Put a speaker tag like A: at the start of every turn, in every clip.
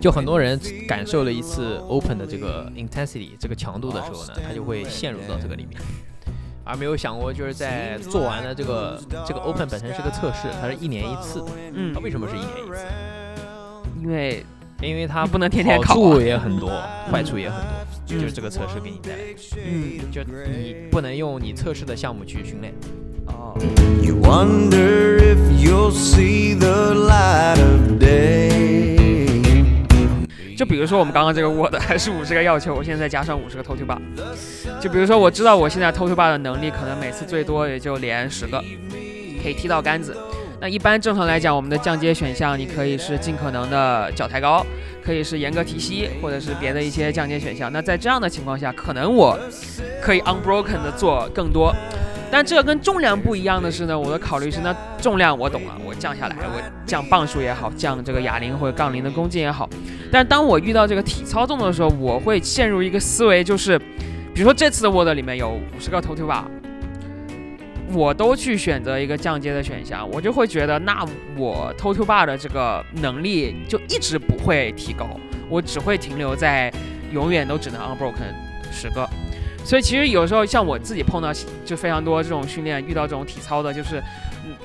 A: 就很多人感受了一次 open 的这个 intensity 这个强度的时候呢，他就会陷入到这个里面，而没有想过就是在做完了这个这个 open 本身是个测试，它是一年一次的。
B: 嗯
A: 它，为什么是一年一次？
B: 因为
A: 因为它
B: 不能天天
A: 好
B: 考啊
A: 处也很多，坏处也很多，就是这个测试给你带来的，
B: 嗯
A: 就你不能用你测试的项目去训练。
B: 哦，
C: You wonder if you'll see the light of day.
B: 就比如说我们刚刚这个 Word 还是五十个要求，我现在再加上五十个偷推吧。就比如说我知道我现在偷推吧的能力，可能每次最多也就连十个，可以踢到杆子。那一般正常来讲，我们的降阶选项你可以是尽可能的脚抬高，可以是严格提膝，或者是别的一些降阶选项。那在这样的情况下，可能我可以 unbroken 的做更多。但这个跟重量不一样的是呢，我的考虑是，那重量我懂了，我降下来，我降磅数也好，降这个哑铃或者杠铃的弓劲也好，但当我遇到这个体操动作的时候，我会陷入一个思维，就是，比如说这次的 Word 里面有五十个头推吧，我都去选择一个降阶的选项，我就会觉得，那我头推吧的这个能力就一直不会提高，我只会停留在永远都只能 unbroken 十个。所以其实有时候像我自己碰到就非常多这种训练，遇到这种体操的，就是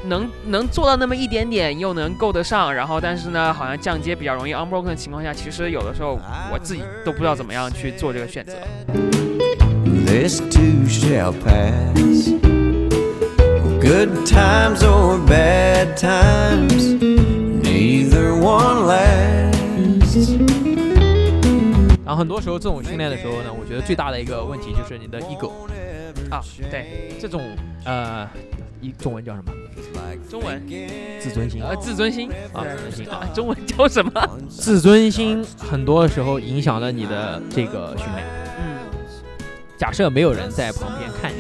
B: 能能做到那么一点点，又能够得上，然后但是呢，好像降阶比较容易 unbroken 的情况下，其实有的时候我自己都不知道怎么样去做这个选择。
C: This too shall pass. Good times or bad times, neither one lasts.
A: 然后很多时候这种训练的时候呢，我觉得最大的一个问题就是你的 ego，
B: 啊，对，
A: 这种呃，一中文叫什么？
B: 中文
A: 自尊心
B: 呃自尊心
A: 啊，自尊心啊
B: 啊，，中文叫什么？
A: 自尊心很多时候影响了你的这个训练。
B: 嗯，
A: 假设没有人在旁边看你，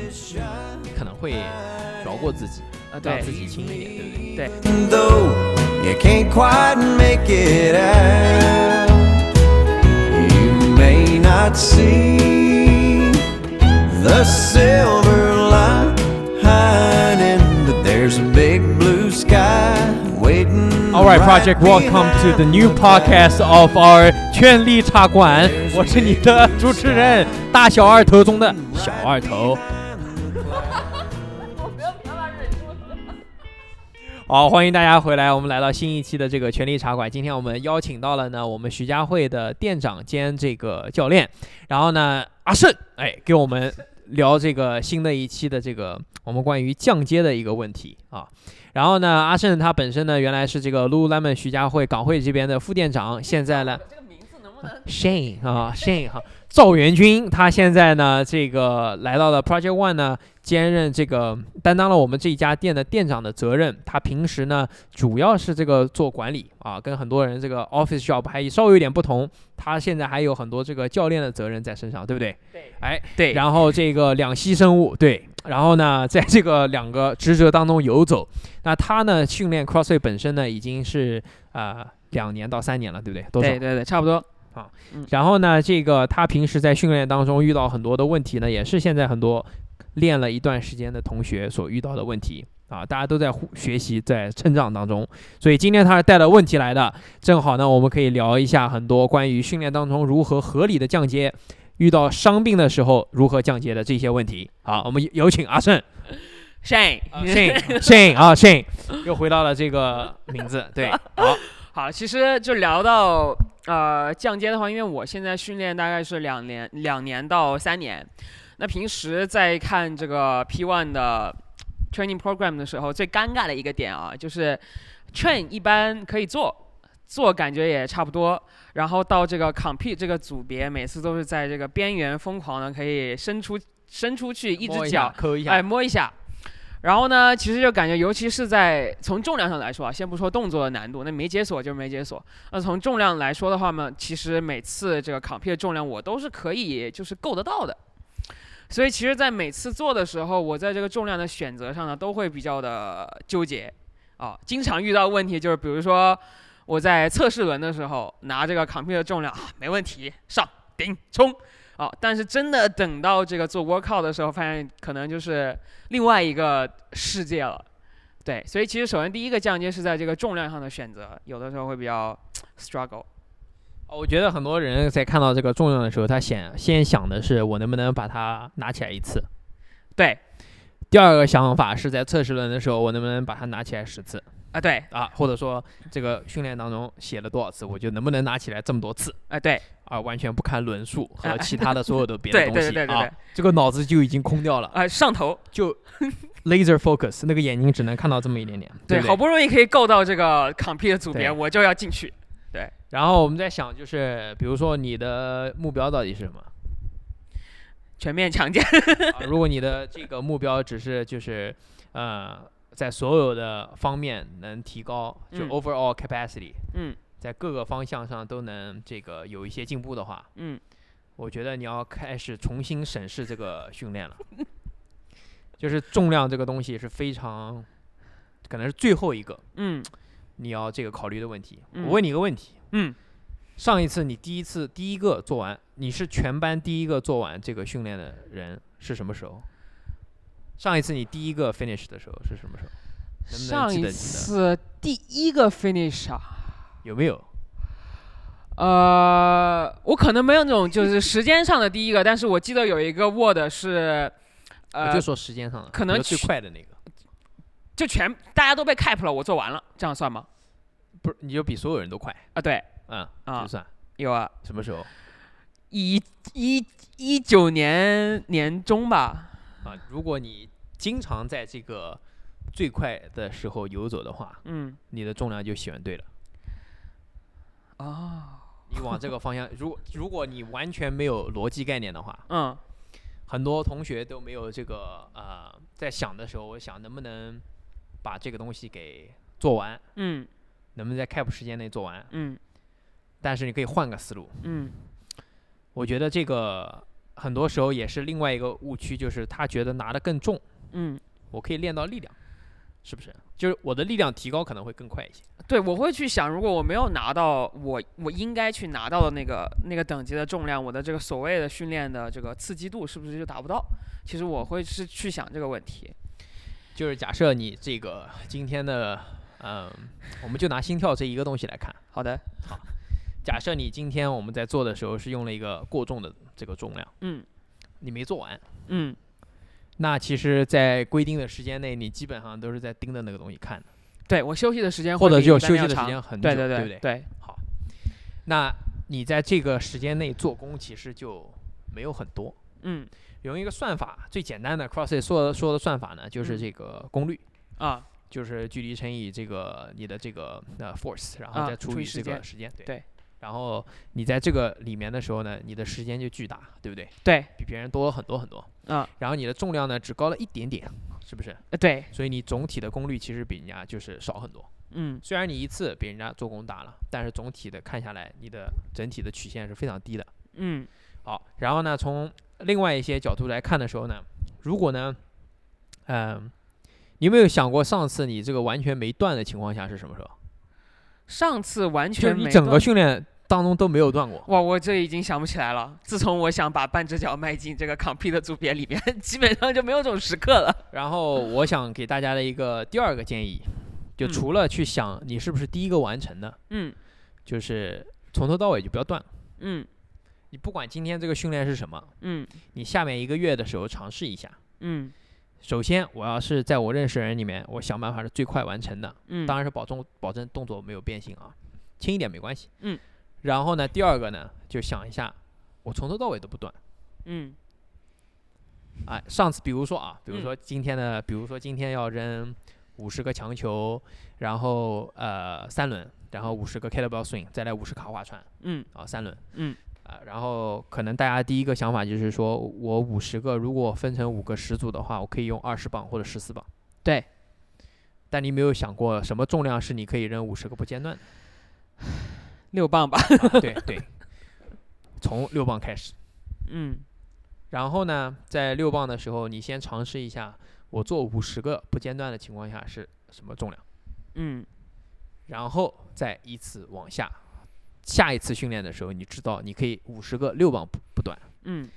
A: 你可能会饶过自己，
B: 啊对
A: 让自己轻一点，对不对？
C: Though you can't quite make it out, you may not see the silver lining, but there's a big blue sky waiting.
D: All right, Project, welcome to the new podcast of our
A: 劝力茶馆，我是你的主持人，大小二头中的小二头。好，欢迎大家回来，我们来到新一期的这个权力茶馆。今天我们邀请到了呢，我们徐家汇的店长兼这个教练，然后呢，阿胜，哎，给我们聊这个新的一期的这个我们关于降阶的一个问题啊。然后呢，阿胜他本身呢，原来是这个 Lululemon 徐家汇港汇这边的副店长，现在呢，
B: 这个名字能 不能
A: Shane 啊，Shane 哈，赵元军，他现在呢，这个来到了 Project One 呢，兼任这个担当了我们这一家店的店长的责任。他平时呢，主要是这个做管理啊，跟很多人这个 office job 还稍微有点不同。他现在还有很多这个教练的责任在身上，对不 对？
B: 对
A: 哎，
B: 对，
A: 然后这个两栖生物，对，然后呢，在这个两个职责当中游走。那他呢，训练 CrossFit 本身呢，已经是啊、呃两年到三年了，对不对？多少
B: 对？对对，差不多。
A: 然后呢，这个他平时在训练当中遇到很多的问题呢，也是现在很多练了一段时间的同学所遇到的问题啊，大家都在互学习，在成长当中。所以今天他是带了问题来的，正好呢，我们可以聊一下很多关于训练当中如何合理的降阶，遇到伤病的时候如何降阶的这些问题。好，我们有有请阿胜。
B: Shane，
A: Shane Shane 啊 Shane 又回到了这个名字，对，好，
B: 好，其实就聊到呃降阶的话，因为我现在训练大概是两年，两年到三年。那平时在看这个 P one 的 training program 的时候，最尴尬的一个点啊，就是 train 一般可以做，做感觉也差不多。然后到这个 compete 这个组别，每次都是在这个边缘疯狂的可以伸出伸出去 一
A: 摸
B: 只
A: 下
B: 脚，
A: 抠一
B: 哎，
A: 下，
B: 摸一下。然后呢，其实就感觉，尤其是在从重量上来说啊，先不说动作的难度，那没解锁就是没解锁。那从重量来说的话嘛，其实每次这个 compete 的重量我都是可以就是够得到的。所以其实，在每次做的时候，我在这个重量的选择上呢，都会比较的纠结啊，经常遇到问题就是，比如说我在测试轮的时候拿这个 compete 的重量啊，没问题，上顶冲啊，但是真的等到这个做 workout 的时候，发现可能就是另外一个世界了。对，所以其实首先第一个降阶是在这个重量上的选择，有的时候会比较 struggle。
A: 我觉得很多人在看到这个重量的时候，他想先想的是我能不能把它拿起来一次。
B: 对
A: 第二个想法是在测试轮的时候，我能不能把它拿起来十次
B: 啊，对
A: 啊？或者说这个训练当中写了多少次，我就能不能拿起来这么多次
B: 啊，对
A: 啊？完全不看轮数和
B: 啊
A: 其他的所有的别的
B: 对
A: 东
B: 对对
A: 西
B: 对对对
A: 啊，这个脑子就已经空掉了，
B: 啊，上头，
A: 就 laser focus 那个眼睛只能看到这么一点点，对
B: 对，
A: 不对
B: 好不容易可以够到这个 compete 的组别，
A: 对
B: 我就要进去。
A: 然后我们在想，就是比如说你的目标到底是什么？
B: 全面强健，
A: 啊，如果你的这个目标只是就是呃，在所有的方面能提高，就
B: 嗯
A: overall capacity，
B: 嗯
A: 在各个方向上都能这个有一些进步的话，
B: 嗯，
A: 我觉得你要开始重新审视这个训练了。 就是重量这个东西是非常，可能是最后一个
B: 嗯
A: 你要这个考虑的问题。
B: 嗯
A: 我问你一个问题，
B: 嗯，
A: 上一次你第一次第一个做完，你是全班第一个做完这个训练的人是什么时候？上一次你第一个 finish 的时候是什么时候？能不能
B: 上
A: 记
B: 一
A: 得记
B: 次第一个 finish 啊，
A: 得有没有？
B: 呃，我可能没有那种就是时间上的第一个，但是我记得有一个 word 是，
A: 我
B: 呃
A: 啊就，说时间上的，
B: 可能
A: 比如最
B: 去
A: 快的那个，
B: 就全大家都被 cap 了，我做完了，这样算吗？
A: 不是你就比所有人都快，
B: 啊，对，
A: 嗯，
B: 啊
A: 就算
B: 有啊，
A: 什么时候
B: 一一一九年年中吧，
A: 啊？如果你经常在这个最快的时候游走的话，
B: 嗯，
A: 你的重量就选对了。
B: 哦，
A: 你往这个方向，如如果你完全没有逻辑概念的话，
B: 嗯
A: 很多同学都没有这个呃，在想的时候，我想能不能把这个东西给做完，
B: 嗯
A: 能不能在 cap 时间内做完？
B: 嗯
A: 但是你可以换个思路，
B: 嗯
A: 我觉得这个很多时候也是另外一个误区，就是他觉得拿的更重，
B: 嗯，
A: 我可以练到力量，是不是？就是我的力量提高可能会更快一些。
B: 对，我会去想，如果我没有拿到我我应该去拿到的那个那个等级的重量，我的这个所谓的训练的这个刺激度是不是就达不到？其实我会是去想这个问题。
A: 就是假设你这个今天的，嗯、我们就拿心跳这一个东西来看，
B: 好的，
A: 假设你今天我们在做的时候是用了一个过重的这个重量，
B: 嗯
A: 你没做完。
B: 嗯，
A: 那其实，在规定的时间内，你基本上都是在盯着那个东西看的，
B: 对我休息的时间会
A: 或者
B: 比
A: 就
B: 一般
A: 休息
B: 要
A: 的时
B: 长
A: 间很久，
B: 对对
A: 不
B: 对
A: 对？那你在这个时间内做工，其实就没有很多。
B: 嗯
A: 有一个算法，最简单的 CrossFit 说的说的算法呢，就是
B: 嗯
A: 这个功率，
B: 啊
A: 就是距离乘以这个你的这个呃 force，然
B: 啊
A: 后再
B: 除
A: 除
B: 以
A: 以
B: 时
A: 这个
B: 间
A: 时间，对。
B: 对
A: 然后你在这个里面的时候呢，你的时间就巨大，对不对？
B: 对
A: 比别人多了很多很多。
B: 啊
A: 然后你的重量呢，只高了一点点，是不是？
B: 呃对
A: 所以你总体的功率其实比人家就是少很多。
B: 嗯
A: 虽然你一次比人家做工大了，但是总体的看下来，你的整体的曲线是非常低的。
B: 嗯
A: 好，然后呢，从另外一些角度来看的时候呢，如果呢，嗯、你有没有想过上次你这个完全没断的情况下是什么时候？
B: 上次完
A: 就是
B: 全
A: 你
B: 没
A: 整个
B: 断
A: 训练当中都没有断过。
B: 哇，我这已经想不起来了。自从我想把半只脚迈进这个 compete 的组别里面， 基本上就没有这种时刻了。
A: 然后我想给大家的一个第二个建议，就
B: 嗯
A: 除了去想你是不是第一个完成的，
B: 嗯
A: 就是从头到尾就不要断。
B: 嗯
A: 你不管今天这个训练是什么，
B: 嗯
A: 你下面一个月的时候尝试一下。
B: 嗯
A: 首先，我要是在我认识的人里面，我想办法是最快完成的，
B: 嗯，
A: 当然是保证保证动作没有变形啊，轻一点没关系。
B: 嗯。
A: 然后呢，第二个呢，就想一下，我从头到尾都不断。
B: 嗯
A: 哎，上次比如说啊，比如
B: 嗯
A: 说今天的，比如说今天要扔五十个强球，然后呃三轮，然后五十个 kettlebell swing，再来五十卡划船
B: 嗯
A: 啊三轮。
B: 嗯。
A: 啊，然后可能大家第一个想法就是说，我五十个如果分成五个十组的话，我可以用二十磅或者十四磅。
B: 对。
A: 但你没有想过什么重量是你可以扔五十个不间断的？
B: 六磅吧。
A: 啊对对，从六磅开始。
B: 嗯
A: 然后呢，在六磅的时候，你先尝试一下，我做五十个不间断的情况下是什么重量，
B: 嗯
A: 然后再依次往下。下一次训练的时候，你知道你可以五十个六磅不不断，
B: 嗯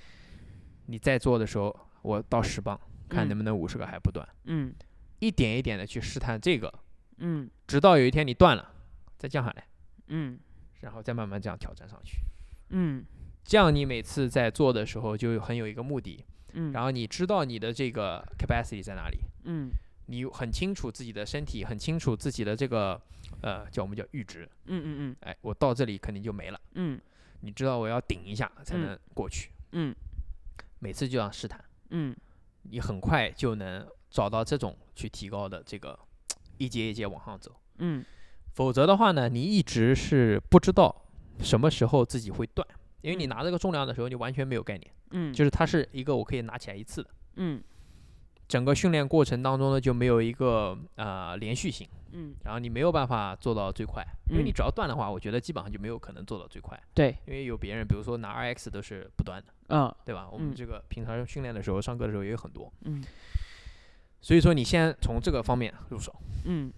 A: 你再做的时候，我到十磅，看
B: 嗯
A: 能不能五十个还不断，
B: 嗯
A: 一点一点的去试探这个，
B: 嗯
A: 直到有一天你断了，再降下来，
B: 嗯
A: 然后再慢慢这样挑战上去。
B: 嗯
A: 这样你每次在做的时候就很有一个目的，
B: 嗯，
A: 然后你知道你的这个 capacity 在哪里，
B: 嗯
A: 你很清楚自己的身体，很清楚自己的这个呃叫我们叫阈值，
B: 嗯嗯
A: 哎，我到这里肯定就没了，
B: 嗯
A: 你知道我要顶一下才
B: 嗯
A: 能过去，
B: 嗯
A: 每次就这样试探，
B: 嗯
A: 你很快就能找到这种去提高的这个一节一节往上走，
B: 嗯
A: 否则的话呢，你一直是不知道什么时候自己会断，因为你拿这个重量的时候你完全没有概念，
B: 嗯，
A: 就是它是一个我可以拿起来一次的。
B: 嗯
A: 整个训练过程当中呢，就没有一个呃连续性，
B: 嗯
A: 然后你没有办法做到最快，因为
B: 嗯
A: 你只要断的话，我觉得基本上就没有可能做到最快，
B: 对，
A: 因为有别人，比如说拿 RX 都是不断的，
B: 嗯
A: 对吧？我们
B: 嗯
A: 这个平常训练的时候，上课的时候也有很多，
B: 嗯
A: 所以说你先从这个方面入手，
B: 嗯。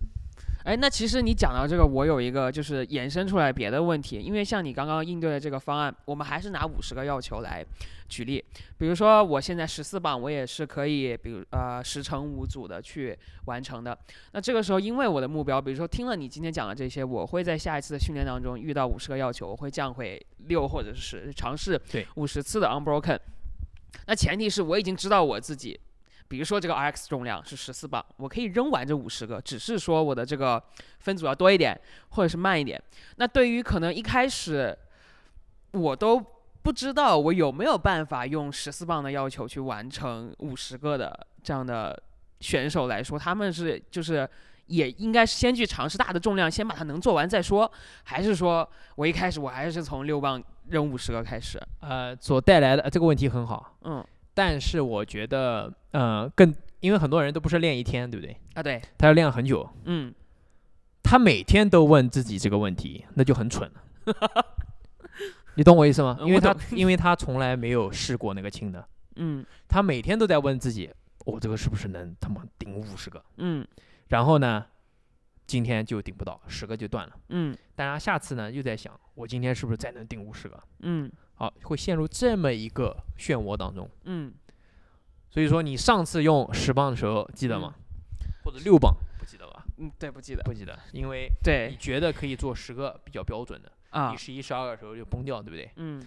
B: 哎，那其实你讲到这个，我有一个就是衍生出来别的问题，因为像你刚刚应对的这个方案，我们还是拿五十个要求来举例，比如说我现在十四磅，我也是可以，比如呃十乘五组的去完成的。那这个时候，因为我的目标，比如说听了你今天讲的这些，我会在下一次的训练当中遇到五十个要求，我会降回六或者是尝试
A: 对
B: 五十次的 unbroken。那前提是我已经知道我自己，比如说这个 RX 重量是十四磅，我可以扔完这五十个，只是说我的这个分组要多一点，或者是慢一点。那对于可能一开始我都不知道我有没有办法用十四磅的要求去完成五十个的这样的选手来说，他们是就是也应该先去尝试大的重量，先把它能做完再说，还是说我一开始我还是从六磅扔五十个开始？
A: 呃，所带来的、呃这个问题很好，
B: 嗯
A: 但是我觉得呃更，因为很多人都不是练一天，对不对？
B: 啊对，
A: 他要练很久，
B: 嗯
A: 他每天都问自己这个问题，那就很 蠢了。你懂我意思吗？
B: 嗯
A: 因为
B: 我
A: 他
B: 懂
A: 因为他从来没有试过那个轻的，
B: 嗯
A: 他每天都在问自己，我、这个是不是能他妈顶五十个？
B: 嗯
A: 然后呢，今天就顶不到，十个就断了。
B: 嗯
A: 但他下次呢又在想，我今天是不是再能顶五十个？
B: 嗯
A: 好，会陷入这么一个漩涡当中。
B: 嗯，
A: 所以说，你上次用十磅的时候记得吗？或者六磅？不记得吧？
B: 嗯对，不记得，
A: 不记得，因为你
B: 对
A: 觉得可以做十个比较标准的。
B: 啊
A: 你，十一、十二的时候就崩掉，对不对？
B: 嗯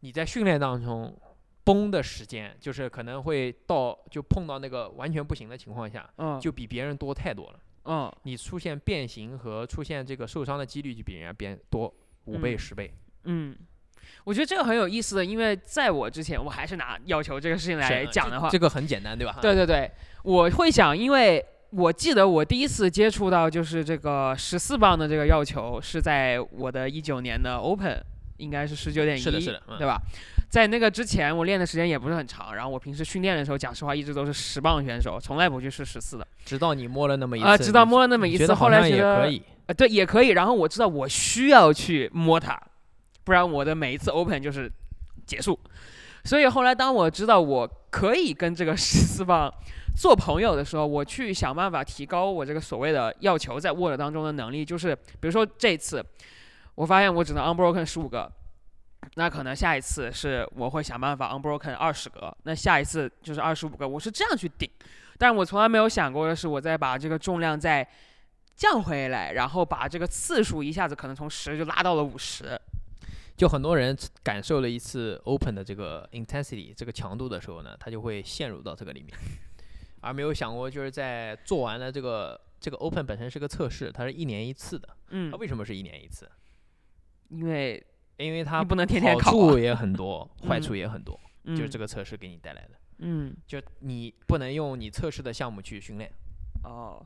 A: 你在训练当中崩的时间，就是可能会到就碰到那个完全不行的情况下，
B: 嗯
A: 就比别人多太多了。
B: 嗯
A: 你出现变形和出现这个受伤的几率就比人家变多五倍、
B: 嗯
A: 十倍。
B: 嗯。我觉得这个很有意思的，因为在我之前，我还是拿要求这个事情来
A: 是
B: 讲的话，
A: 这个很简单，对吧？
B: 对对对，我会想，因为我记得我第一次接触到就是这个十四磅的这个要求是在我的一九年的 Open，应该是十九点一，
A: 是的是的嗯
B: 对吧？在那个之前，我练的时间也不是很长，然后我平时训练的时候，讲实话一直都是十磅选手，从来不去试十四的。
A: 直到你摸了那么一次，
B: 啊直到
A: 你
B: 摸了那么
A: 你
B: 一
A: 觉
B: 次
A: 得好
B: 后来
A: 像
B: 觉
A: 也
B: 得
A: 可以。
B: 呃，对，也可以。然后我知道我需要去摸它，不然我的每一次 open 就是结束。所以后来当我知道我可以跟这个十四磅做朋友的时候，我去想办法提高我这个所谓的要求在 Word 当中的能力，就是比如说这次我发现我只能 unbroken 十五个。那可能下一次是我会想办法 unbroken 二十个，那下一次就是二十五个，我是这样去顶。但是我从来没有想过的是，我再把这个重量再降回来，然后把这个次数一下子可能从十就拉到了五十。
A: 就很多人感受了一次 open 的这个 intensity 这个强度的时候呢，他就会陷入到这个里面，而没有想过就是在做完了这个这个 open 本身是个测试，它是一年一次的。
B: 嗯
A: 它，为什么是一年一次？
B: 因为
A: 因为它
B: 你不能天天
A: 好
B: 考啊
A: 处也很 多，坏
B: 嗯
A: 处也很多，就是这
B: 个，
A: 个测试给你带来的。
B: 嗯，
A: 就你不能用你测试的项目去训练，
B: 哦，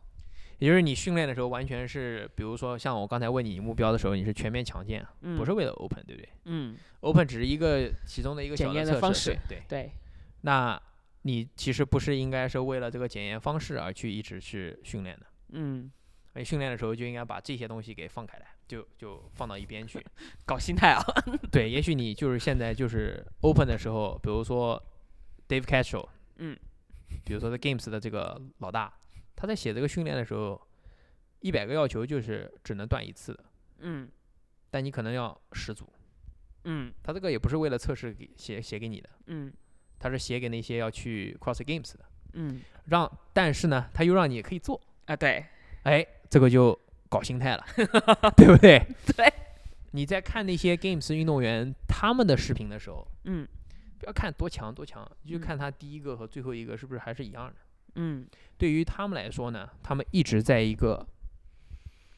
A: 也就是你训练的时候完全是，比如说像我刚才问你目标的时候，你是全面强健，啊
B: 嗯
A: 不是，为了 open，对不对
B: 嗯，
A: ？open 只是一个其中的一个
B: 检
A: 小
B: 验的
A: 测试
B: 方式，
A: 对对。
B: 对，
A: 那你其实不是应该是为了这个检验方式而去一直去训练的，
B: 嗯，
A: 而训练的时候就应该把这些东西给放开来，就就放到一边去。
B: 搞心态啊，
A: 对，也许你就是现在就是 open 的时候，比如说 Dave Cashel，
B: 嗯，
A: 比如说 The Games 的这个老大，他在写这个训练的时候，一百个要求就是只能断一次的，
B: 嗯
A: 但你可能要十组。
B: 嗯
A: 他这个也不是为了测试给写写给你的，
B: 嗯
A: 他是写给那些要去 Cross Games 的，
B: 嗯，
A: 让但是呢，他又让你也可以做，
B: 啊，对，
A: 哎，这个就搞心态了 ，对不对？
B: 对。
A: 你在看那些 games 运动员他们的视频的时候，
B: 嗯
A: 不要看多强多强，你就
B: 嗯
A: 看他第一个和最后一个是不是还是一样的。
B: 嗯
A: 对于他们来说呢，他们一直在一个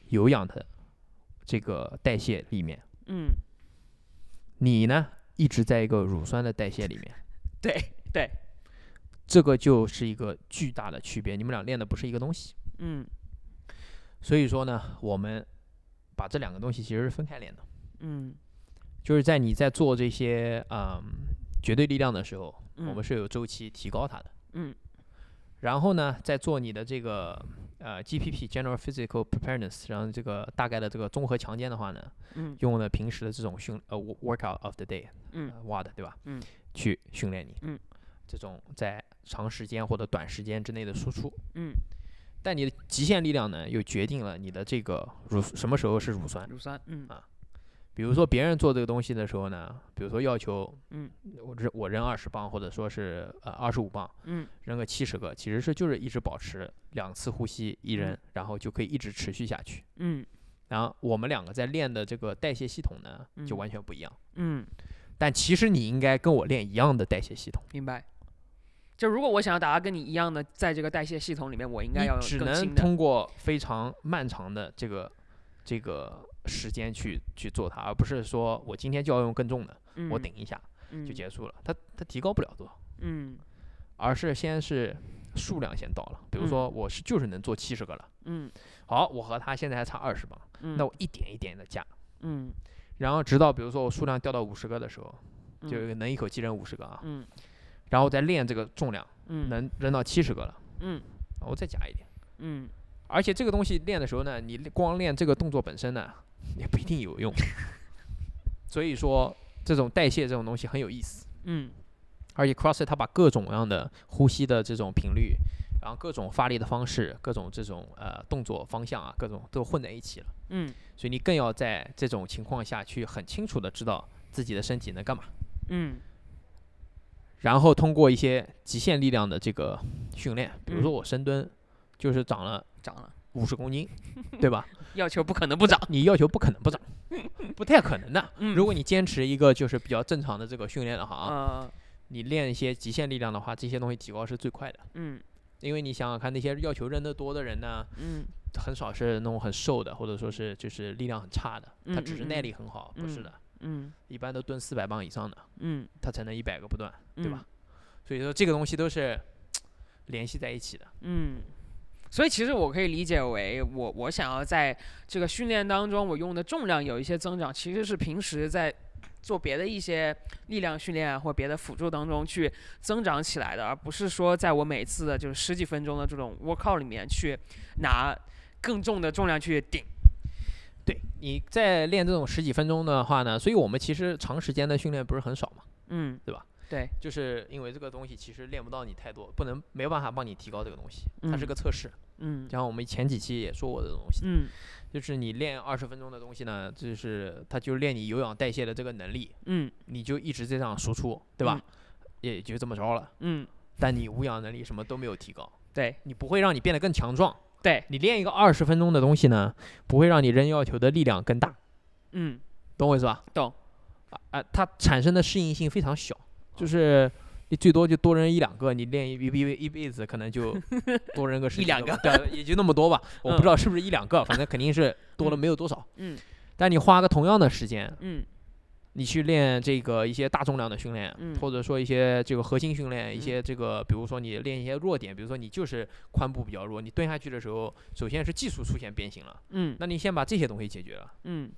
A: 有氧的这个代谢里面，
B: 嗯，
A: 你呢一直在一个乳酸的代谢里面，
B: 对对，
A: 这个就是一个巨大的区别。你们俩练的不是一个东西，
B: 嗯
A: 所以说呢，我们把这两个东西其实是分开练的，
B: 嗯，
A: 就是在你在做这些嗯绝对力量的时候，我
B: 嗯
A: 们是有周期提高它的。
B: 嗯
A: 然后呢，再做你的这个呃 GPP General Physical Preparedness，然后这个大概的这个综合强健的话呢，
B: 嗯
A: 用了平时的这种训呃 wo- workout of the day，
B: 嗯
A: 呃 WOD 对吧？
B: 嗯，
A: 去训练你，
B: 嗯，
A: 这种在长时间或者短时间之内的输出，
B: 嗯，
A: 但你的极限力量呢，又决定了你的这个乳什么时候是乳酸。
B: 乳酸，嗯
A: 比如说别人做这个东西的时候呢，比如说要求，
B: 嗯，
A: 我扔我扔二十磅，或者说是呃二十五磅，
B: 嗯
A: 扔个七十个，其实是就是一直保持两次呼吸一人，然后就可以一直持续下去。
B: 嗯
A: 然后我们两个在练的这个代谢系统呢，就
B: 嗯
A: 完全不一样。
B: 嗯，
A: 但其实你应该跟我练一样的代谢系统，
B: 明白。就如果我想要达到跟你一样的，在这个代谢系统里面，我应该
A: 你
B: 要有
A: 只
B: 更
A: 能
B: 新的。
A: 通过非常漫长的这个这个时间去去做它，而不是说我今天就要用更重的，我
B: 嗯
A: 顶一下就
B: 嗯
A: 结束了。它它提高不了多少，
B: 嗯
A: 而是先是数量先到了。比如
B: 嗯
A: 说我是就是能做七十个了，
B: 嗯
A: 好，我和他现在还差二十磅，
B: 嗯，
A: 那我一点一点的加。
B: 嗯
A: 然后直到比如说我数量掉到五十个的时候，
B: 嗯
A: 就能一口气扔五十个啊，
B: 嗯
A: 然后再练这个重量，
B: 嗯
A: 能扔到七十个了，
B: 嗯
A: 然后再加一点。
B: 嗯
A: 而且这个东西练的时候呢，你光练这个动作本身呢， 也不一定有用。 所以说，这种代谢这种东西很有意思。
B: 嗯
A: 而且 CrossFit 它把各种各样的呼吸的这种频率，然后各种发力的方式，各种这种呃动作方向啊，各种都混在一起了。
B: 嗯
A: 所以你更要在这种情况下去很清楚的知道自己的身体能干嘛，
B: 嗯
A: 然后通过一些极限力量的这个训练，比如说
B: 嗯
A: 我深蹲，就是长了
B: 涨了，
A: 五十公斤，对吧？
B: 要求不可能不涨。
A: 你要求不可能不长，不太可能的。
B: 嗯
A: 如果你坚持一个就是比较正常的这个训练的话啊，
B: 呃
A: 你练一些极限力量的话，这些东西提高是最快的。
B: 嗯
A: 因为你想想看，那些要求扔得多的人呢，
B: 嗯
A: 很少是那种很瘦的，或者说是就是力量很差的，他
B: 嗯
A: 只是
B: 嗯
A: 耐
B: 嗯
A: 力很好，不是
B: 嗯
A: 的，
B: 嗯
A: 一般都蹲四百磅以上的，
B: 嗯，
A: 他才能一百个不断。
B: 对
A: 对吧？所以说这个东西都是联系在一起的。
B: 嗯，所以其实我可以理解为我，我想要在这个训练当中，我用的重量有一些增长，其实是平时在做别的一些力量训练啊或别的辅助当中去增长起来的，而不是说在我每次的就是十几分钟的这种 workout 里面去拿更重的重量去顶。
A: 对，你在练这种十几分钟的话呢，所以我们其实长时间的训练不是很少嘛，
B: 嗯，
A: 对吧？
B: 对，
A: 就是因为这个东西其实练不到你太多，不能没有办法帮你提高这个东西，它是
B: 嗯
A: 个测试。
B: 嗯
A: 然后我们前几期也说过这个东西，
B: 嗯
A: 就是你练二十分钟的东西呢，就是它就练你有氧代谢的这个能力，
B: 嗯
A: 你就一直这样输出，对吧？也就这么着了，
B: 嗯，
A: 但你无氧能力什么都没有提高，
B: 对
A: 你不会让你变得更强壮。
B: 对，
A: 你练一个二十分钟的东西呢，不会让你扔要求的力量更大，
B: 嗯
A: 懂我意思吧？
B: 懂
A: 啊啊，它产生的适应性非常小，就是你最多就多扔一两个，你练一一辈一辈子可能 就多扔个十
B: 一
A: 几
B: 两
A: 个吧，对，啊也就那么多吧。我不知道是不是一两个，反正肯定是多了
B: 嗯
A: 没有多少。
B: 嗯
A: 但你花个同样的时间，
B: 嗯
A: 你去练这个一些大重量的训练，
B: 嗯
A: 或者说一些这个核心训练，一
B: 嗯
A: 些这个，比如说你练一些弱点，比如说你就是髋部比较弱，你蹲下去的时候，首先是技术出现变形了。
B: 嗯
A: 那你先把这些东西解决了，
B: 嗯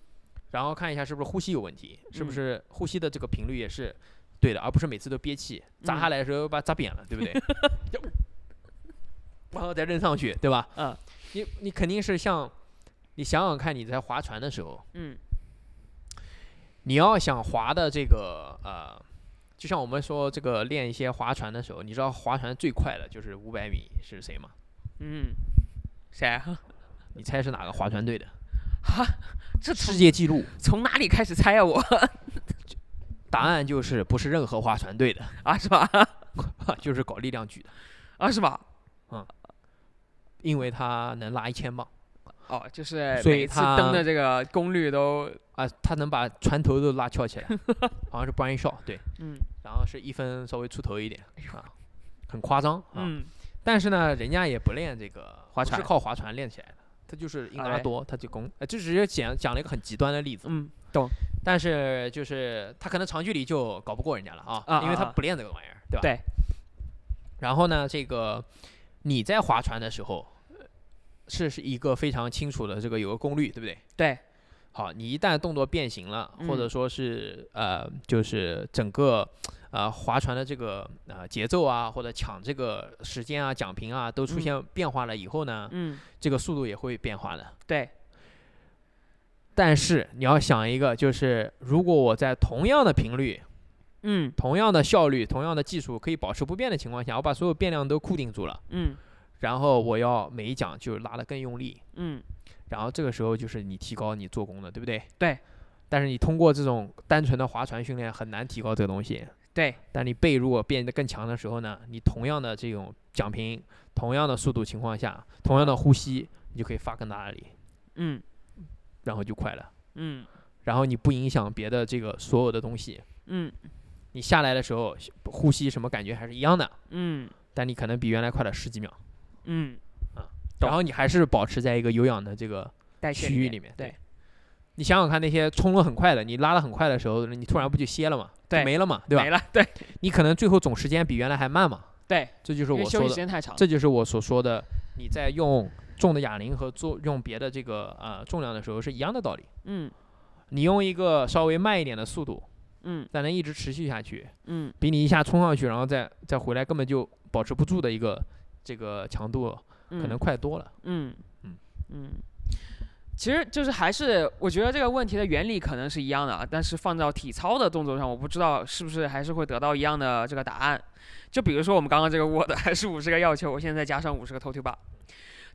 A: 然后看一下是不是呼吸有问题，是不
B: 嗯
A: 是呼吸的这个频率也是对的，而不是每次都憋气，砸下
B: 嗯
A: 来的时候把它砸扁了，对 不对？然后再扔上去，对吧？
B: 嗯，
A: 你你肯定是像，你想想看，你在划船的时候，
B: 嗯
A: 你要想划的这个呃，就像我们说这个练一些划船的时候，你知道划船最快的就是五百米是谁吗？
B: 嗯，谁啊？
A: 你猜是哪个划船队的？
B: 这
A: 世
B: 从
A: 界纪录？
B: 从哪里开始猜啊我？
A: 答案就是不是任何划船队的，
B: 啊，是吧？
A: 就是搞力量举的。
B: 啊，是吧？
A: 因为它能拉一千磅。
B: 哦，就是
A: 所以
B: 每一次
A: 他
B: 蹬的这个功率都，
A: 啊，他能把船头都拉翘起来，好像是 Brian Shaw 对，
B: 嗯
A: 然后是一分稍微出头一点啊，很夸张啊。
B: 哎嗯，
A: 但是呢，人家也不练这个
B: 划
A: 不
B: 船
A: 是靠划船练起来的，他就是英格拉
B: 哎
A: 多，他就攻，呃，就直接讲讲了一个很极端的例子。
B: 嗯，
A: 但是就是他可能长距离就搞不过人家了啊，
B: 啊
A: 因为他
B: 啊啊
A: 不练这个玩意儿，对吧？
B: 对。
A: 然后呢，这个你在划船的时候，呃是是一个非常清楚的这个有个功率，对不对？
B: 对，
A: 好，你一旦动作变形了，或者
B: 嗯
A: 说是呃，就是整个呃划船的这个呃节奏啊，或者抢这个时间啊、桨频啊都出
B: 嗯
A: 现变化了以后呢，
B: 嗯，
A: 这个速度也会变化的。
B: 对，
A: 但是你要想一个，就是如果我在同样的频率、
B: 嗯
A: 同样的效率、同样的技术可以保持不变的情况下，我把所有变量都固定住了，
B: 嗯
A: 然后我要每一桨就拉得更用力，
B: 嗯，
A: 然后这个时候就是你提高你做工的，对不对？
B: 对。
A: 但是你通过这种单纯的划船训练很难提高这个东西。
B: 对，
A: 但你背如果变得更强的时候呢，你同样的这种桨频、同样的速度情况下、同样的呼吸，你就可以发更大的力，
B: 嗯
A: 然后就快了。
B: 嗯
A: 然后你不影响别的这个所有的东西，
B: 嗯
A: 你下来的时候呼吸什么感觉还是一样的，
B: 嗯
A: 但你可能比原来快了十几秒，
B: 嗯，懂
A: 然后你还是保持在一个有氧的这个
B: 带血
A: 区域里
B: 里
A: 面。
B: 对，，
A: 你想想看，那些冲了很快的，你拉的很快的时候，你突然不就歇了嘛？就
B: 对
A: 没了嘛，对吧
B: 没？了，对
A: 你可能最后总时间比原来还慢嘛。
B: 对，
A: 这就是
B: 因为
A: 我
B: 休
A: 说的，
B: 息时间太长了，
A: 这就是我所说的，你在用重的哑铃和做用别的这个呃重量的时候是一样的道理。
B: 嗯
A: 你用一个稍微慢一点的速度，
B: 嗯
A: 但能一直持续下去，
B: 嗯
A: 比你一下冲上去然后再再回来根本就保持不住的一个这个强度，
B: 嗯，
A: 可能快多了。
B: 嗯
A: 嗯
B: 嗯，其实就是还是我觉得这个问题的原理可能是一样的，啊，但是放到体操的动作上，我不知道是不是还是会得到一样的这个答案。就比如说我们刚刚这个 word 还是五十个要求，我现在再加上五十个 total bar。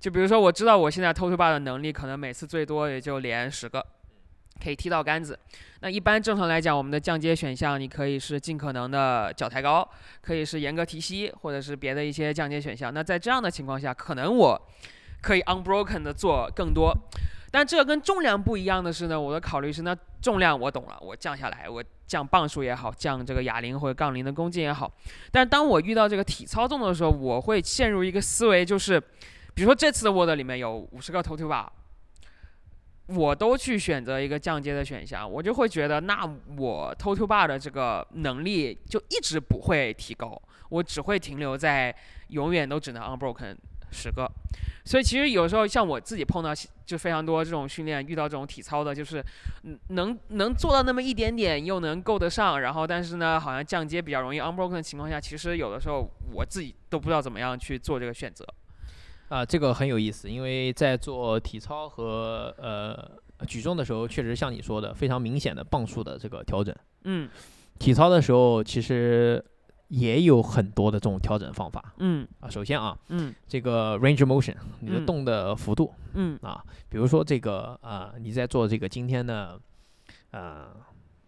B: 就比如说我知道我现在 total bar 的能力可能每次最多也就连十个。可以踢到杆子。那一般正常来讲，我们的降阶选项，你可以是尽可能的脚抬高，可以是严格提膝，或者是别的一些降阶选项。那在这样的情况下，可能我可以 unbroken 的做更多。但这跟重量不一样的是呢，我的考虑是，那重量我懂了，我降下来，我降磅数也好，降这个哑铃或者杠铃的公斤也好。但当我遇到这个体操动作的时候，我会陷入一个思维，就是，比如说这次的 WOD 里面有五十个头推吧，我都去选择一个降阶的选项，我就会觉得，那我 total bar 的这个能力就一直不会提高，我只会停留在永远都只能 unbroken 十个。所以其实有时候像我自己碰到就非常多这种训练，遇到这种体操的，就是嗯能能做到那么一点点，又能够得上，然后但是呢，好像降阶比较容易 unbroken 的情况下，其实有的时候我自己都不知道怎么样去做这个选择。
A: 啊，这个很有意思，因为在做体操和呃举重的时候，确实像你说的，非常明显的磅数的这个调整。
B: 嗯
A: 体操的时候，其实也有很多的这种调整方法
B: 嗯
A: 啊。首先啊，
B: 嗯
A: 这个 range of motion，你的
B: 嗯
A: 动的幅度、
B: 嗯
A: 啊，比如说这个啊、你在做这个今天的呃，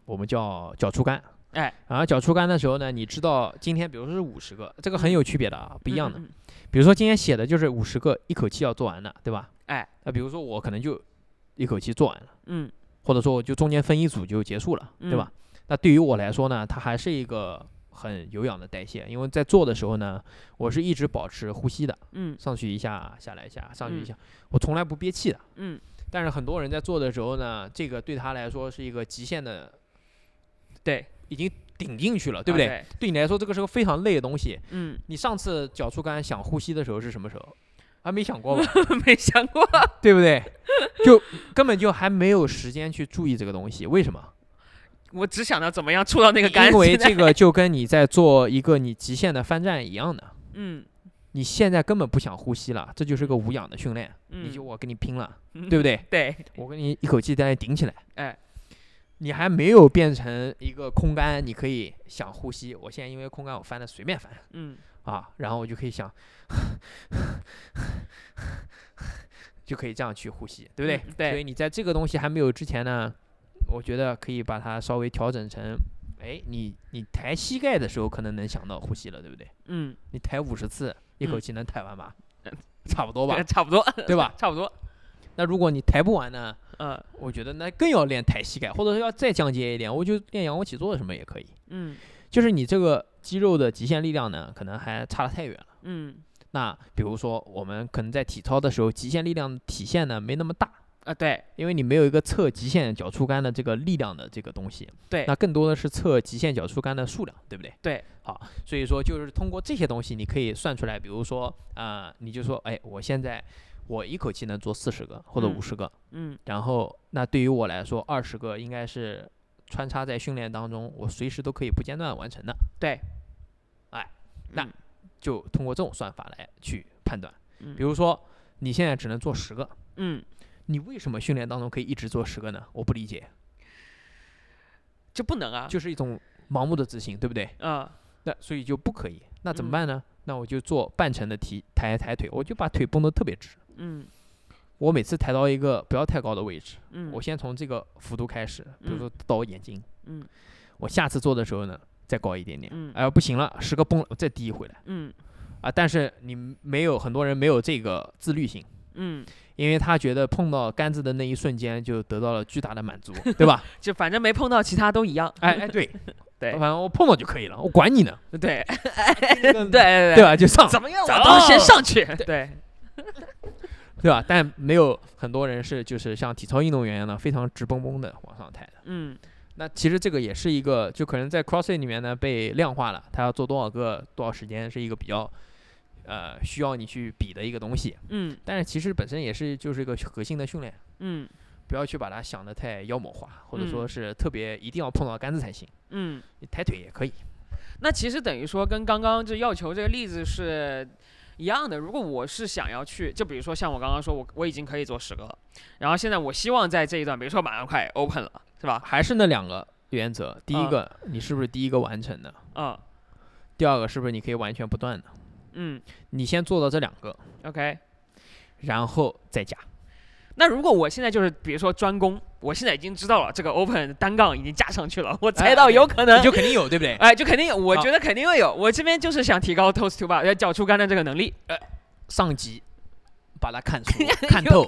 A: 我们叫脚触杆。
B: 哎，
A: 然后脚触杆的时候呢，你知道今天比如说是五十个，这个很
B: 嗯
A: 有区别的啊，不一样的。
B: 嗯嗯
A: 比如说今天写的就是五十个一口气要做完的，对吧？
B: 哎，
A: 那比如说我可能就一口气做完了，
B: 嗯
A: 或者说我就中间分一组就结束了，对吧？那对于我来说呢，它还是一个很有氧的代谢，因为在做的时候呢，我是一直保持呼吸的，
B: 嗯
A: 上去一下，下来一下，上去一
B: 嗯
A: 下，我从来不憋气的。
B: 嗯，
A: 但是很多人在做的时候呢，这个对他来说是一个极限的，
B: 对，
A: 已经顶进去了，对不
B: 啊
A: 对？对你来说，这个是个非常累的东西。
B: 嗯，
A: 你上次脚触杆想呼吸的时候是什么时候？还没想过吧？
B: 没想过，
A: 对不对？就根本就还没有时间去注意这个东西，为什么？
B: 我只想到怎么样触到那个杆。
A: 因为
B: 现在
A: 这个就跟你在做一个你极限的翻站一样的，
B: 嗯
A: 你现在根本不想呼吸了，这就是个无氧的训练，
B: 嗯，
A: 你就我跟你拼 了，
B: 嗯
A: 对不对？
B: 对，
A: 我跟你一口气在那顶起来，
B: 哎，
A: 你还没有变成一个空杆，你可以想呼吸。我现在因为空杆我翻的随便翻
B: 嗯
A: 啊，然后我就可以想， 就可以这样去呼吸，对不对？
B: 嗯
A: 所
B: 对，
A: 以你在这个东西还没有之前呢，我觉得可以把它稍微调整成，哎，你你抬膝盖的时候可能能想到呼吸了，对不对？
B: 嗯，
A: 你抬五十次，一口
B: 嗯
A: 气能抬完吧？
B: 嗯
A: 差不多吧
B: ，差不多，
A: 对吧？
B: 差不多，
A: 那如果你抬不完呢，
B: 嗯
A: 我觉得那更要练抬膝盖，或者是要再降阶一点，我就练仰卧起坐什么也可以。
B: 嗯
A: 就是你这个肌肉的极限力量呢，可能还差得太远了。
B: 嗯
A: 那比如说，我们可能在体操的时候，极限力量的体现呢没那么大，
B: 啊，对
A: 因为你没有一个测极限脚触杆的这个力量的这个东西。
B: 对
A: 那更多的是测极限脚触杆的数量，对不对？
B: 对。
A: 好，所以说就是通过这些东西，你可以算出来，比如说啊、呃你就说，哎，我现在我一口气能做四十个或者
B: 嗯
A: 五十个，
B: 嗯
A: 然后那对于我来说，二十个应该是穿插在训练当中，我随时都可以不间断完成的。
B: 对，
A: 哎，那
B: 嗯
A: 就通过这种算法来去判断。
B: 嗯
A: 比如说，你现在只能做十个，
B: 嗯，
A: 你为什么训练当中可以一直做十个呢？我不理解，
B: 就不能啊，
A: 就是一种盲目的自信，对不对？
B: 嗯
A: 那所以就不可以。那怎么
B: 嗯
A: 办呢？那我就做半程的提抬抬腿，我就把腿绷得特别直。
B: 嗯
A: 我每次抬到一个不要太高的位置，
B: 嗯，
A: 我先从这个幅度开始，比如
B: 嗯
A: 说到我眼睛。
B: 嗯
A: 我下次做的时候呢，再高一点点。
B: 嗯
A: 哎呦，不行了，十个崩了，我再低回来
B: 嗯
A: 啊！但是你没有很多人没有这个自律性，
B: 嗯，
A: 因为他觉得碰到杆子的那一瞬间就得到了巨大的满足，对吧？
B: 就反正没碰到，其他都一样。
A: 哎哎，对
B: 对
A: 反正我碰到就可以了，我管你呢，
B: 对 对
A: 对
B: 对对
A: 对，吧？就上，
B: 怎么样我
A: 走
B: 都先上去。对，
A: 对吧？但没有很多人是就是像体操运动员一样的非常直蹦蹦的往上抬的。
B: 嗯
A: 那其实这个也是一个，就可能在 CrossFit 里面呢被量化了，它要做多少个多少时间是一个比较呃需要你去比的一个东西。
B: 嗯
A: 但是其实本身也是就是一个核心的训练，
B: 嗯
A: 不要去把它想得太妖魔化，或者
B: 嗯
A: 说是特别一定要碰到杆子才行，
B: 嗯，
A: 你抬腿也可以。
B: 那其实等于说跟刚刚就要求这个例子是。一样的，如果我是想要去，就比如说像我刚刚说，我我已经可以做十个了，然后现在我希望在这一段，比如说马上快 open 了，是吧？
A: 还是那两个原则，第一
B: 啊
A: 个、你是不是第一个完成的，
B: 嗯
A: 第二个是不是你可以完全不断的，
B: 嗯
A: 你先做到这两个，
B: ，OK。
A: 然后再加。
B: 那如果我现在就是比如说专攻，我现在已经知道了这个 open 单杠已经加上去了， 我猜到有可能
A: 哎你就肯定有，对不对？
B: 哎，就肯定，我
A: 啊
B: 觉得肯定会有。我这边就是想提高 toast to bar 要脚触杆的这个能力。呃，
A: 上级把它 看出看透，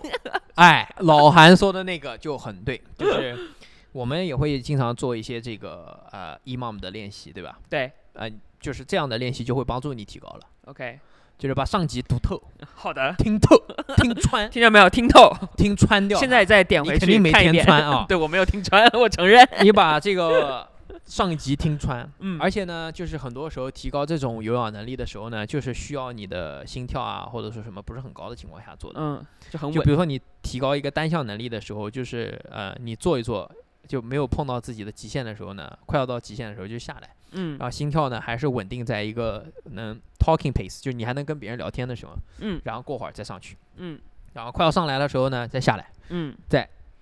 A: 哎，老韩说的那个就很对，就是我们也会经常做一些这个呃 EMOM 的练习，对吧？
B: 对
A: 呃，就是这样的练习就会帮助你提高了，
B: ，OK，
A: 就是把上级读透、
B: 好的，
A: 听 透、听穿、
B: 听见没有？听透，
A: 听穿掉它。
B: 现在再点
A: 你
B: 回
A: 肯
B: 去
A: 定没
B: 看一
A: 听
B: 遍。！
A: 穿啊
B: 对我没有听穿，我承认。
A: 你把这个上级听穿，
B: 嗯
A: 而且呢，就是很多时候提高这种有氧能力的时候呢，就是需要你的心跳啊，或者说什么不是很高的情况下做的。
B: 嗯，就很
A: 就比
B: 稳。
A: 如说你提高一个单项能力的时候，就是呃，你做一做就没有碰到自己的极限的时候呢，快要到极限的时候就下来，
B: 嗯
A: 然后心跳呢还是稳定在一个能 talking pace，就你还能跟别人聊天的时候，
B: 嗯
A: 然后过会儿再上去，
B: 嗯
A: 然后快要上来的时候呢再下来，
B: 嗯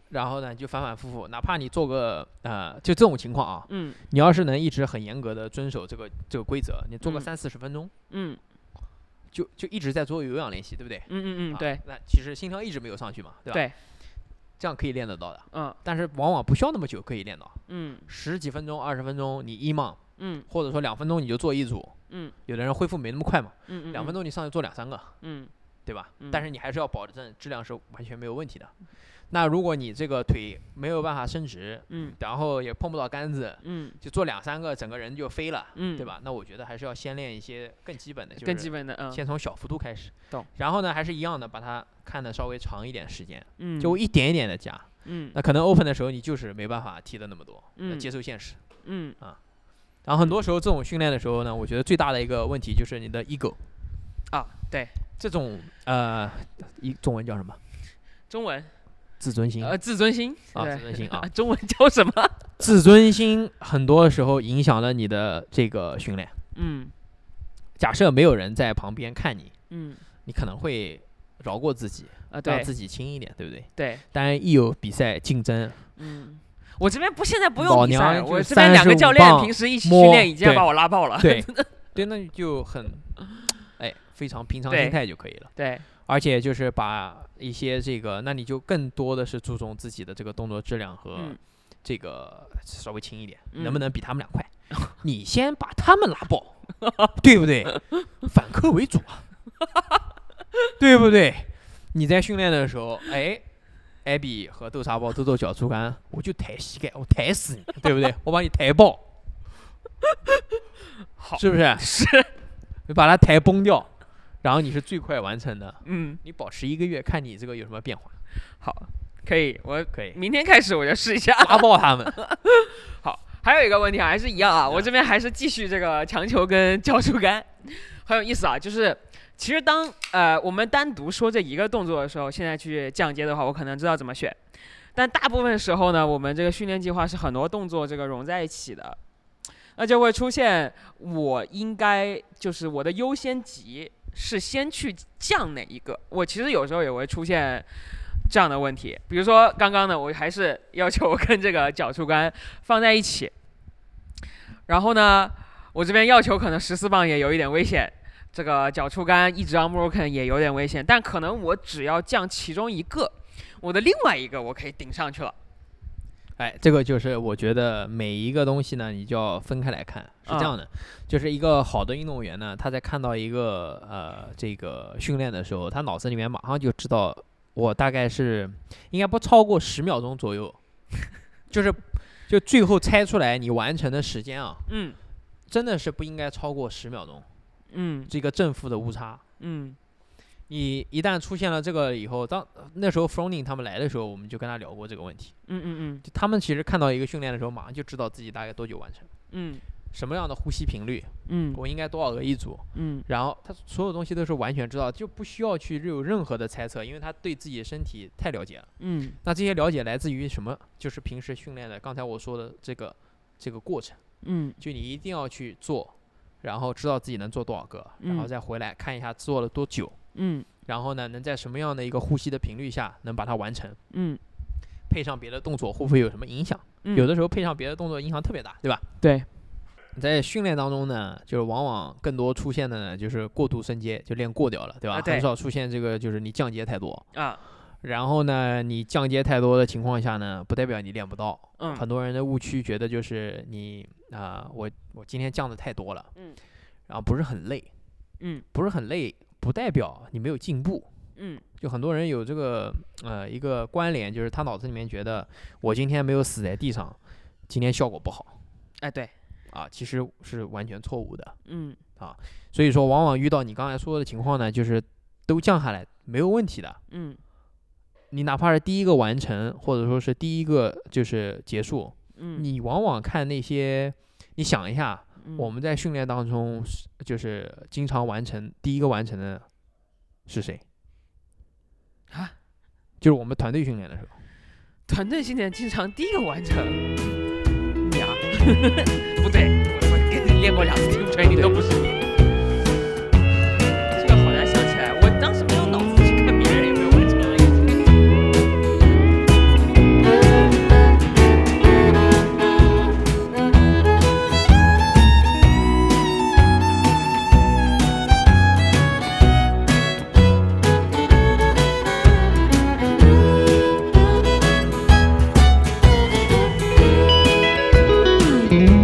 A: 然后呢就反反复复，哪怕你做个呃，就这种情况啊，
B: 嗯
A: 你要是能一直很严格的遵守这个这个规则，你做个
B: 嗯
A: 三四十分钟，
B: 嗯
A: 就就一直在做有氧练习，对不对？
B: 嗯嗯，
A: 啊
B: 对，，
A: 那其实心跳一直没有上去嘛，对吧？
B: 对，
A: 这样可以练得到的。
B: 嗯
A: 但是往往不需要那么久可以练到，
B: 嗯
A: 十几分钟、二十分钟你一梦，
B: 嗯
A: 或者说两分钟你就做一组。
B: 嗯
A: 有的人恢复没那么快嘛，
B: 嗯，
A: 两分
B: 钟。
A: 钟你上去做两三个，
B: 嗯
A: 对吧？
B: 嗯
A: 但是你还是要保证质量是完全没有问题的。那如果你这个腿没有办法伸直，
B: 嗯
A: 然后也碰不到杆子，
B: 嗯
A: 就做两三个，整个人就飞了，
B: 嗯，
A: 对？吧？那我觉得还是要先练一些更基本的，就
B: 更基
A: 是
B: 本的，嗯
A: 先从小幅度开始。
B: 懂。
A: 然后呢，还是一样的，把它看的稍微长一点时间，
B: 嗯，
A: 就一呃点一点的加。
B: 嗯
A: 那可能 open 的时候你就是没办法踢的那么多，要
B: 嗯
A: 接受现实。
B: 嗯
A: 然后很多时候这种训练的时候呢，我觉得最大的一个问题就是你的 ego，
B: 啊，对，
A: 这种呃一中文叫什么？
B: 中文
A: 自尊心
B: 呃自尊心
A: 啊，
B: 对
A: 自尊心 啊
B: 啊，，中文叫 什么？
A: 自尊心很多时候影响了你的这个训练。
B: 嗯
A: 假设没有人在旁边看你，
B: 嗯
A: 你可能会饶过自己，
B: 啊，对
A: 让自己轻一点，对不对？
B: 对，
A: 当然，一有比赛竞争，
B: 嗯，我这边不现在不用
A: 老
B: 比
A: 娘
B: 赛了，
A: 就
B: 我这边两个
A: 35
B: 教练
A: 磅
B: 平时一起
A: 摸
B: 训练已经要
A: 对
B: 把我拉爆了。
A: 对对，那就很哎非常平常
B: 对
A: 心态就可以了。
B: 对，
A: 而且就是把一些这个，那你就更多的是注重自己的这个动作质量和
B: 嗯
A: 这个稍微轻一点，
B: 嗯
A: 能不能比他们俩 快？你先把他们拉爆， 对不对？ 反客为主啊，对不对？你在训练的时候，哎，艾比和豆沙包都做小猪肝，我就抬膝盖，我抬死你，对不对？我把你抬爆，
B: 好
A: 是不是？
B: 是，
A: 你把它抬崩掉，然后你是最快完成的，
B: 嗯，
A: 你保持一个月，看你这个有什么变化，
B: 好，可以，我
A: 可以
B: 明天开始我就试一下。
A: 抓爆他们。
B: 好，还有一个问题啊，还是一样啊，我这边还是继续这个强求跟 教猪肝，很有意思啊，就是。其实当呃我们单独说这一个动作的时候，现在去降阶的话，我可能知道怎么选，但大部分时候呢，我们这个训练计划是很多动作这个融在一起的，那就会出现我应该就是我的优先级是先去降哪一个。我其实有时候也会出现这样的问题，比如说刚刚呢，我还是要求跟这个脚触杆放在一起，然后呢，我这边要求可能十四磅也有一点危险。这个脚触杆一直让 broken 也有点危险，但可能我只要降其中一个，我的另外一个我可以顶上去了。
A: 哎，这个就是我觉得每一个东西呢，你就要分开来看，是这样的，就是一个好的运动员呢，他在看到一个呃这个训练的时候，他脑子里面马上就知道，我大概是应该不超过十秒钟左右， 就是就最后猜出来你完成的时间啊，
B: 嗯
A: 真的是不应该超过十秒钟，
B: 嗯
A: 这个正负的误差。
B: 嗯
A: 你一旦出现了这个以后，当那时候 Froning 他们来的时候，我们就跟他聊过这个问题。
B: 嗯嗯
A: 就他们其实看到一个训练的时候，马上就知道自己大概多久完成，
B: 嗯
A: 什么样的呼吸频率，
B: 嗯
A: 我应该多少个一组，
B: 嗯
A: 然后他所有东西都是完全知道，就不需要去有任何的猜测，因为他对自己身体太了解了。
B: 嗯
A: 那这些了解来自于什么？就是平时训练的，刚才我说的这个这个过程，
B: 嗯
A: 就你一定要去做，然后知道自己能做多少个，然后
B: 嗯
A: 再回来看一下做了多久，
B: 嗯
A: 然后呢，能在什么样的一个呼吸的频率下能把它完成，
B: 嗯，
A: 配上别的动作会不会有什么影响？
B: 嗯
A: 有的时候配上别的动作影响特别大，对吧？
B: 对，
A: 在训练当中呢，就是往往更多出现的呢，就是过度升阶，就练过掉了，对吧？
B: 啊对
A: 很少出现这个就是你降阶太多。
B: 啊，
A: 然后呢，你降阶太多的情况下呢，不代表你练不到。
B: 嗯
A: 很多人的误区觉得就是你啊、我我今天降的太多了，
B: 嗯，
A: 然后不是很累，
B: 嗯
A: 不是很累，不代表你没有进步。
B: 嗯
A: 就很多人有这个呃一个关联，就是他脑子里面觉得我今天没有死在地上，今天效果不好
B: 哎对，
A: 啊，其实是完全错误的。
B: 嗯
A: 所以说，往往遇到你刚才说的情况呢，就是都降下来没有问题的。
B: 嗯
A: 你哪怕是第一个完成，或者说是第一个就是结束，
B: 嗯，
A: 你往往看那些，你想一下，
B: 嗯
A: 我们在训练当中是就是经常完成第一个完成的是谁？
B: 啊，
A: 就是我们团队训练的时候，
B: 团队训练经常第一个完成，你啊， 不对，我我跟你练过两次听不吹，你都不是你。这个好难想起来，我当时没有脑子去看别人有没有完成而已。
E: thank